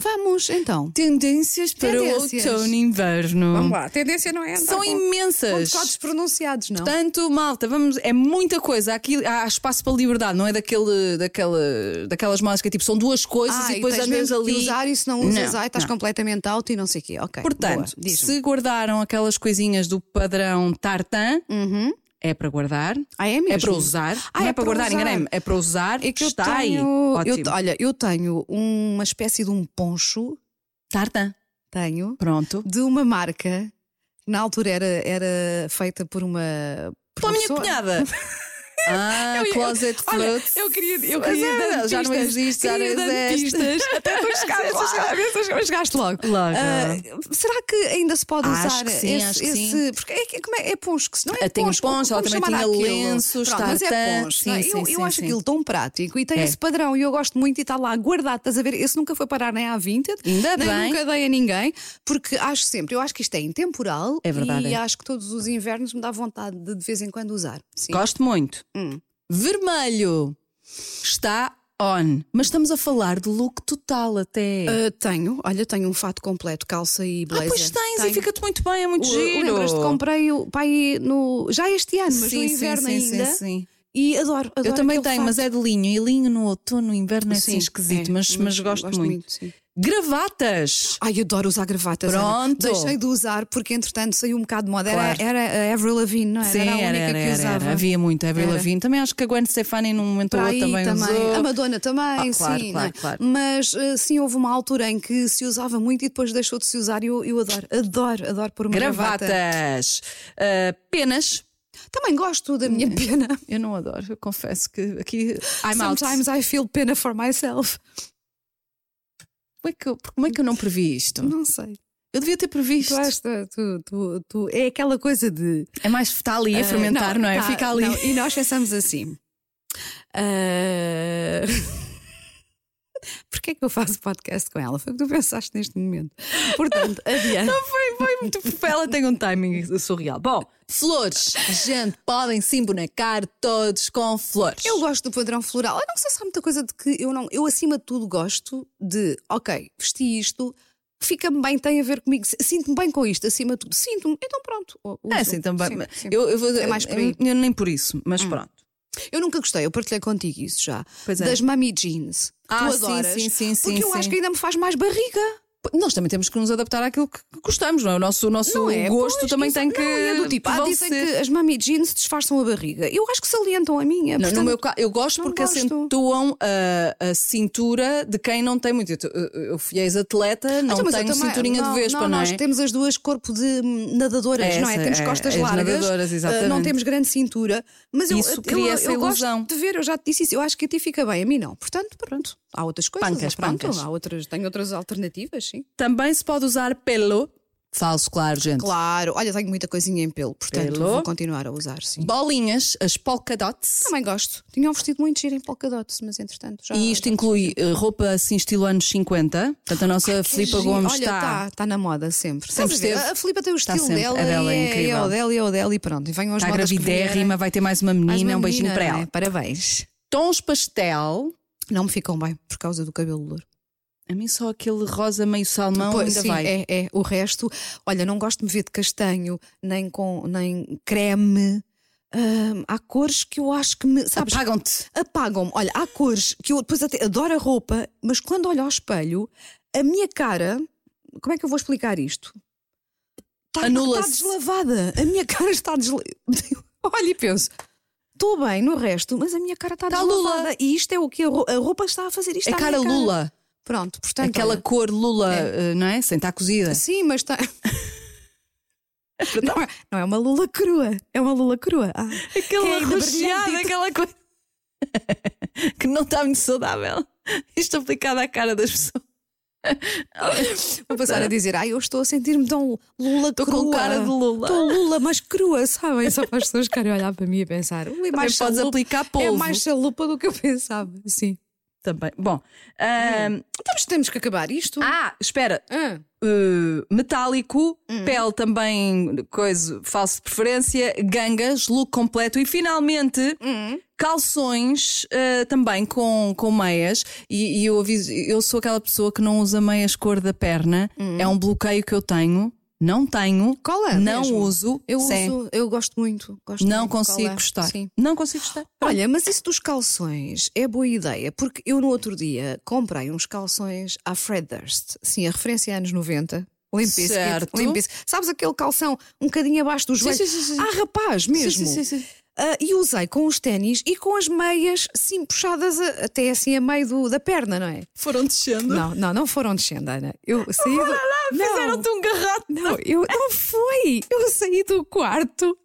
B: Vamos então.
C: Tipo, Tendências para
B: Tendências.
C: o outono e inverno.
B: Vamos lá, a tendência não é andar
C: São
B: com-
C: imensas.
B: Com códigos pronunciados, não?
C: Portanto, malta, vamos, é muita coisa. Aqui há espaço para liberdade, não é daquele, daquele, daquelas modas que é tipo, são duas coisas
B: Ah,
C: e depois
B: tens
C: andas
B: mesmo que
C: ali.
B: usar e se não usas,
C: Não,
B: ai, estás
C: não.
B: completamente alto e não sei o quê. Ok.
C: Portanto,
B: boa, diz-me.
C: se guardaram aquelas coisinhas do padrão tartan, é para guardar.
B: Uhum. Ah, é mesmo?
C: É para usar.
B: Ah,
C: não é,
B: é
C: para
B: para
C: guardar,
B: usar.
C: enganei-me. É para usar.
B: É que eu
C: está aí.
B: tenho. eu
C: Ótimo.
B: te- olha, eu tenho uma espécie de um poncho,
C: Tartan.
B: tenho,
C: Pronto.
B: de uma marca. que Na altura era, era feita por uma. por uma
C: Pela minha
B: pessoa.
C: cunhada. ah,
B: Eu- eu-
C: closet
B: olha,
C: fruits.
B: eu queria, eu
C: Mas
B: queria
C: é,
B: dar
C: já não
B: pistas,
C: existe, já
B: queria
C: não
B: dar
C: existe.
B: pistas, até tu chegaste lá. Eu chegaste logo.
C: Logo.
B: Ah, será que ainda se pode
C: Acho
B: usar
C: que sim,
B: esse,
C: acho que sim.
B: esse- porque é, que- como é, é poncho, que se não é
C: Ah, tinha
B: poncho,
C: poncho, ela
B: como
C: também
B: chamar
C: tinha
B: aquilo?
C: lenços,
B: Pronto, mas
C: tartan,
B: é poncho, não é?
C: sim,
B: eu,
C: sim,
B: eu
C: sim,
B: acho
C: sim.
B: aquilo tão prático e tem
C: É.
B: esse padrão e eu gosto muito e está lá guardado, estás a ver? Esse nunca foi parar nem à Vinted,
C: Ainda
B: nem
C: bem.
B: nunca dei a ninguém, porque acho sempre, eu acho que isto é intemporal
C: É verdade,
B: e
C: é.
B: acho que todos os invernos me dá vontade de de vez em quando usar. Sim.
C: Gosto muito.
B: Hum.
C: Vermelho. Está on. Mas estamos a falar de look total até.
B: Uh, tenho, olha, tenho um fato completo, calça e
C: ah,
B: blazer.
C: pois tens e
B: Tenho.
C: fica-te muito bem, é muito
B: O-
C: giro.
B: Lembras-te, comprei o pai no, já este ano, mas no inverno ainda. E adoro, adoro.
C: Eu também
B: aquele
C: tenho, mas
B: fato.
C: é de linho. E linho no outono, no inverno é assim
B: Sim,
C: esquisito,
B: é,
C: mas, mas gosto, muito.
B: sim.
C: Gravatas!
B: Ai, adoro usar gravatas. Ana.
C: Pronto.
B: Deixei de usar porque, entretanto, saiu um bocado de moda. Era-
C: Claro.
B: Era, a Avril Lavigne, não é? Ah, era?
C: Sim,
B: era a única
C: era, era,
B: que
C: era,
B: usava.
C: era. Havia muito, a Avril
B: Era.
C: Lavigne. Também acho que a Gwen Stefani, num momento ou
B: Para
C: outro,
B: aí
C: também,
B: também. A
C: usou.
B: Madonna também,
C: Ah, claro,
B: sim.
C: claro,
B: não é?
C: claro.
B: Mas eh, sim, houve uma altura em que se usava muito e depois deixou de se usar. E eu, eu adoro, adoro, adoro pôr uma gravata.
C: Gravatas! Ah, penas.
B: Também gosto da minha pena.
C: Eu não adoro, eu confesso que aqui. Hum. I'm out.
B: Sometimes I feel pena for myself.
C: Como é, que eu, como é que eu não previ isto?
B: Não sei.
C: Eu devia ter previsto.
B: Tu, achas- tu, tu, tu- é aquela coisa de.
C: É mais está ali a
B: eh,
C: fermentar, não, é?
B: tá,
C: Fica ali.
B: não, e nós pensamos assim. ah, Porquê é que eu faço podcast com ela? Foi o que tu pensaste neste momento. Portanto, adiante.
C: Foi, foi muito. Ela tem um timing surreal. Bom, flores. Gente, podem se embonecar todos com flores.
B: Eu gosto do padrão floral. Eu não sei se há muita coisa de que eu não. Eu, acima de tudo, gosto de, ok, vesti isto, fica-me bem, tem a ver comigo, sinto-me bem com isto, acima de tudo. Sinto-me, então pronto. o- uso.
C: É assim também.
B: Sim,
C: mas
B: sim.
C: Eu, eu vou,
B: É mais por aí. Hum.
C: eu- eu nem por isso, mas pronto.
B: Eu nunca gostei, eu partilhei contigo isso já.
C: Pois é.
B: Das mami jeans. que
C: Ah,
B: tu
C: sim,
B: adoras,
C: sim, sim, sim,
B: Porque eu
C: sim.
B: acho que ainda me faz mais barriga.
C: Nós também temos que nos adaptar àquilo que gostamos, não é? O nosso, o nosso
B: não é?
C: gosto
B: Pois,
C: também
B: isso-
C: tem que.
B: Não, e é do tipo, ah, dizem
C: prevalecer.
B: que as mami jeans disfarçam a barriga. Eu acho que salientam a minha.
C: Não,
B: portanto,
C: no meu caso, eu gosto
B: não
C: porque
B: gosto.
C: acentuam a, a cintura de quem não tem muito. Eu, te- eu- eu fui ex-atleta, não
B: Então, mas eu
C: tenho
B: também-
C: cinturinha
B: não,
C: de vespa, não,
B: não,
C: é?
B: Nós temos as duas corpo de hum, nadadoras,
C: É
B: não é?
C: essa,
B: Temos
C: é,
B: costas
C: é de
B: largas.
C: nadadoras,
B: eh, não
C: exatamente.
B: temos grande cintura. Mas eu-
C: Isso
B: eu, eu,
C: cria essa
B: eu gosto
C: ilusão.
B: de ver, eu já te disse isso. Eu acho que a ti fica bem, a mim não. Portanto, pronto. Há outras coisas.
C: Pancas,
B: pronto,
C: pancas.
B: Há outras, tenho outras alternativas, sim.
C: Também se pode usar pelo. Falso, claro, gente.
B: Claro. Olha, tenho muita coisinha em pelo, portanto
C: Pelo.
B: vou continuar a usar, sim.
C: Bolinhas, as polka dots.
B: Também gosto. Tinha um vestido muito giro em polka dots, mas entretanto já.
C: E isto inclui eh, roupa assim, estilo anos 50. Portanto, a nossa
B: Que
C: Filipa
B: giro.
C: Gomes
B: Olha,
C: está.
B: tá, tá na moda sempre.
C: Sempre
B: Sabes ver,
C: esteve.
B: A Filipa tem o
C: Está
B: estilo
C: sempre.
B: dela,
C: A dela é
B: e é,
C: incrível.
B: o dela e é o dela e pronto. E venham as
C: Está
B: modas que
C: gravidérrima,
B: vierem.
C: vai ter mais uma menina,
B: Mais uma
C: um beijinho
B: menina,
C: para
B: não
C: ela.
B: é? Parabéns.
C: Tons pastel,
B: Não me ficam bem por causa do cabelo louro.
C: a mim só aquele rosa meio salmão
B: Pois,
C: ainda
B: sim,
C: vai.
B: É, é. O resto, olha, não gosto de me ver de castanho, nem com nem creme. Hum, há cores que eu acho que me.
C: Ah,
B: Sabes,
C: Apagam-te.
B: apagam-me. Olha, há cores que eu depois até adoro a roupa, mas quando olho ao espelho, a minha cara. Como é que eu vou explicar isto? Está está
C: Anula-se.
B: deslavada. A minha cara está deslavada. Olha e penso. Estou bem no resto, mas a minha cara está
C: Está
B: deslavada.
C: Tá Lula.
B: E isto é o que a ro- a roupa está a fazer. Isto
C: A
B: à
C: É cara
B: minha cara
C: Lula,
B: Pronto, portanto.
C: aquela
B: olha,
C: cor Lula, eh, não é? Sem estar cozida.
B: Sim, mas está. Não é, não é uma lula crua, é uma lula crua. Ah, que é ainda brilhante.
C: aquela coisa. que não está muito saudável. Isto aplicado à cara das pessoas.
B: Vou passar a dizer, ai, eu estou a sentir-me tão lula
C: Estou
B: crua.
C: com cara de lula.
B: Estou lula, mas crua, sabem? Só para as pessoas ficarem a olhar para mim e pensar. Ui, mais
C: podes
B: chalupa-
C: aplicar
B: É
C: polvo.
B: mais chalupa do que eu pensava, sim.
C: também. Bom, ah,
B: Temos, temos que acabar isto.
C: ah, espera.
B: Ah,
C: Uh, metálico,
B: Uhum.
C: pele também, coisa, falso de preferência, gangas, look completo e finalmente
B: Uhum.
C: calções uh, também com, com meias. E, e eu aviso, eu sou aquela pessoa que não usa meias cor da perna,
B: Uhum.
C: é um bloqueio que eu tenho, não tenho,
B: Cola,
C: não
B: é mesmo.
C: uso,
B: eu
C: Sim.
B: uso, eu gosto muito. gosto
C: não
B: muito de
C: consigo
B: cola.
C: gostar.
B: Sim.
C: Não consigo gostar.
B: Olha, mas isso dos calções é boa ideia, porque eu no outro dia comprei uns calções à Fred Durst, sim, a referência a anos 90. Limp Bizkit,
C: Certo.
B: Limp Bizkit. Sabes aquele calção um bocadinho abaixo dos joelhos?
C: sim, sim, sim.
B: Ah, rapaz, mesmo.
C: Sim, sim, sim, sim.
B: Ah, e usei com os ténis e com as meias, sim, puxadas a- até assim a meio do- da perna, não é?
C: Foram descendo.
B: Não, não, não foram descendo, Ana. Eu saí do... não,
C: Fizeram-te um garrato.
B: não, eu não foi. Eu saí do quarto.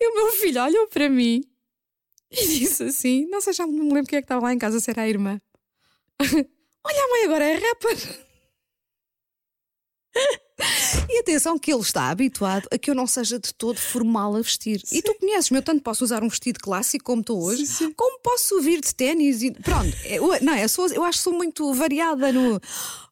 B: E o meu filho olhou para mim e disse assim: Não sei, já não me lembro quem é que estava lá em casa, se era a irmã. Olha, a mãe agora é rapper. E atenção que ele está habituado a que eu não seja de todo formal a vestir. E tu conheces-me, eu tanto posso usar um vestido clássico como estou hoje, como posso vir de ténis e pronto. é, Eu, não, eu, sou, eu acho que sou muito variada no.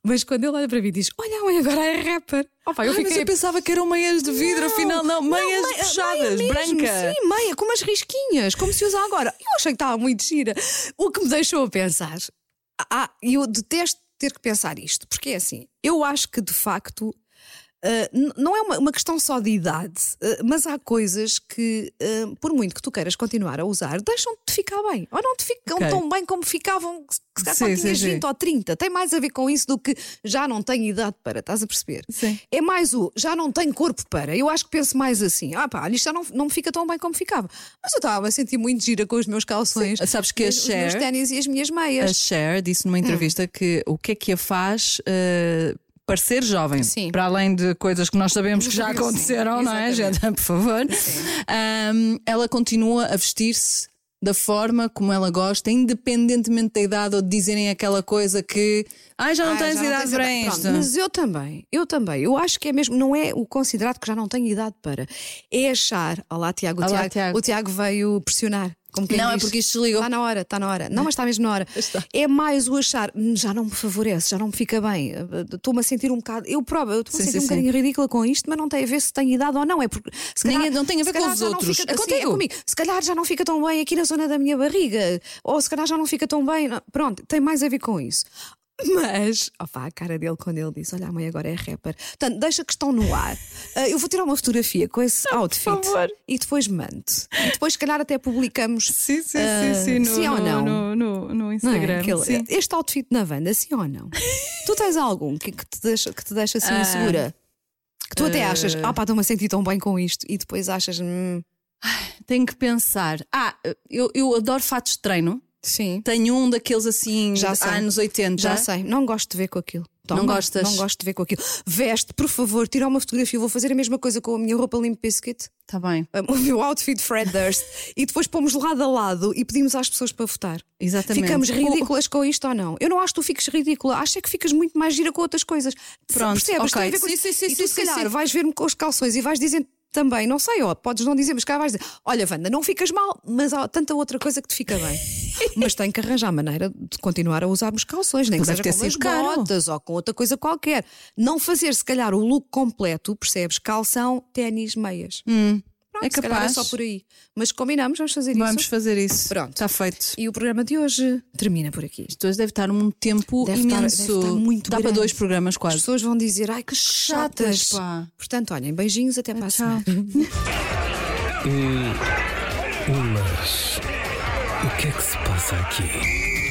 B: Mas quando ele olha para mim e diz: Olha, a mãe agora é rapper. Opa, eu
C: Ai, mas
B: fiquei
C: eu pensava que eram meias de vidro,
B: Não,
C: afinal não, meias
B: meia-
C: fechadas,
B: meia mesmo,
C: branca.
B: Sim, meia, com umas risquinhas, como se usa agora. Eu achei que estava muito gira. O que me deixou a pensar. Ah, eu detesto ter que pensar isto, porque é assim, eu acho que de facto. ah, n- não é uma, uma questão só de idade, ah, mas há coisas que, ah, por muito que tu queiras continuar a usar, deixam-te de ficar bem. Ou não te ficam
C: Ok.
B: tão bem como ficavam que se- que se calhar
C: Sim,
B: quando
C: sim,
B: tinhas
C: sim.
B: 20 ou 30. Tem mais a ver com isso do que já não tenho idade para, estás a perceber?
C: Sim.
B: É mais o já não tenho corpo para. Eu acho que penso mais assim: ah pá, isto já não, não me fica tão bem como ficava. Mas eu estava a sentir muito gira com os meus calções,
C: Sabes que a
B: os meus
C: Cher,
B: ténis e as minhas
C: a
B: meias.
C: Cher disse numa entrevista que o que é que a faz eh, parecer jovem,
B: Sim.
C: para além de coisas que nós sabemos que
B: Sim,
C: já aconteceram, não é, gente?
B: exatamente.
C: Por favor. Ahm, ela continua a vestir-se da forma como ela gosta, independentemente da idade ou de dizerem aquela coisa que ai, já não
B: Ah,
C: tens
B: já não
C: idade
B: tens
C: para
B: idade. Pronto,
C: isto.
B: Mas eu também, eu também. Eu acho que é mesmo, não é o considerado que já não tenho idade para. É achar. Olá, Tiago. o
C: Olá,
B: Tiago,
C: Tiago.
B: o Tiago veio pressionar. Como quem
C: Não, é
B: diz.
C: porque isto desligou.
B: Está na hora, está na hora. Não, mas está mesmo na hora.
C: Está.
B: É mais o achar, "Hum, já não me favorece, já não me fica bem. eh, Estou-me a sentir um bocado. Eu provo, eu estou-me a
C: Sim,
B: sentir
C: sim,
B: um bocadinho ridícula com isto, mas não tem a ver se tenho idade ou não. É porque se
C: Nem
B: calhar,
C: é- não tem a
B: se
C: ver com
B: calhar
C: os
B: já não
C: outros,
B: Fica, assim,
C: é
B: sim,
C: contigo.
B: comigo. Se calhar já não fica tão bem aqui na zona da minha barriga, ou se calhar já não fica tão bem. Pronto, tem mais a ver com isso. Mas, opá, a cara dele quando ele diz: Olha, a mãe agora é rapper. Portanto, deixa a questão no ar. Ah, eu vou tirar uma fotografia com esse outfit
C: favor.
B: e depois mando. E depois, se calhar, até publicamos.
C: Sim, sim,
B: Ah, sim ou não?
C: no- no
B: Não é? Aquele- Este outfit na Wanda, sim ou não? tu tens algum que, que te, deixa, que te deixa assim
C: Ah.
B: insegura? Que tu até achas, ah pá, estou-me a sentir tão bem com isto, e depois achas, hum,
C: Tenho que pensar. Ah, eu, eu adoro fatos de treino.
B: sim,
C: Tenho um daqueles assim,
B: Já
C: de
B: sei.
C: anos 80.
B: já sei, não gosto de ver com aquilo. Toma,
C: Não gostas?
B: Não gosto de ver com aquilo. Veste, por favor, tira uma fotografia, eu vou fazer a mesma coisa com a minha roupa Limp Biscuit,
C: Está Tá bem.
B: o meu outfit Fred Durst, e depois pomos lado a lado e pedimos às pessoas para votar.
C: Exatamente.
B: Ficamos
C: O-
B: ridículas com isto ou não? Eu não acho que tu fiques ridícula, acho é que ficas muito mais gira com outras coisas.
C: Pronto,
B: Percebes? Tem a
C: ok.
B: ver com
C: Sim,
B: isso.
C: sim, sim,
B: e tu,
C: sim,
B: se
C: sim,
B: calhar,
C: sim.
B: vais ver-me com os calções e vais dizendo também, não sei, ó, podes não dizer, mas cá vais dizer, olha, Wanda, não ficas mal, mas há tanta outra coisa que te fica bem. mas tem que arranjar maneira de continuar a usarmos calções, nem que
C: Mas deve
B: seja
C: ter
B: com umas
C: sido caro.
B: botas ou com outra coisa qualquer. Não fazer, se calhar, o look completo, percebes? Calção, ténis, meias. Pronto,
C: é
B: se calhar é
C: capaz.
B: só por aí. Mas combinamos, vamos fazer
C: Vamos
B: isso.
C: fazer isso.
B: Pronto.
C: Está feito.
B: E o programa de hoje termina por aqui.
C: Isto hoje deve estar um tempo
B: Deve estar-
C: imenso.
B: deve estar muito
C: Dá
B: grande.
C: para dois programas
B: As
C: quase.
B: pessoas vão dizer, ai que
C: chatas,
B: chatas.
C: pá. Ah,
B: Portanto, olhem, beijinhos, até para a
C: Tchau.
B: semana.
A: Ulas. O que é que se passa aqui?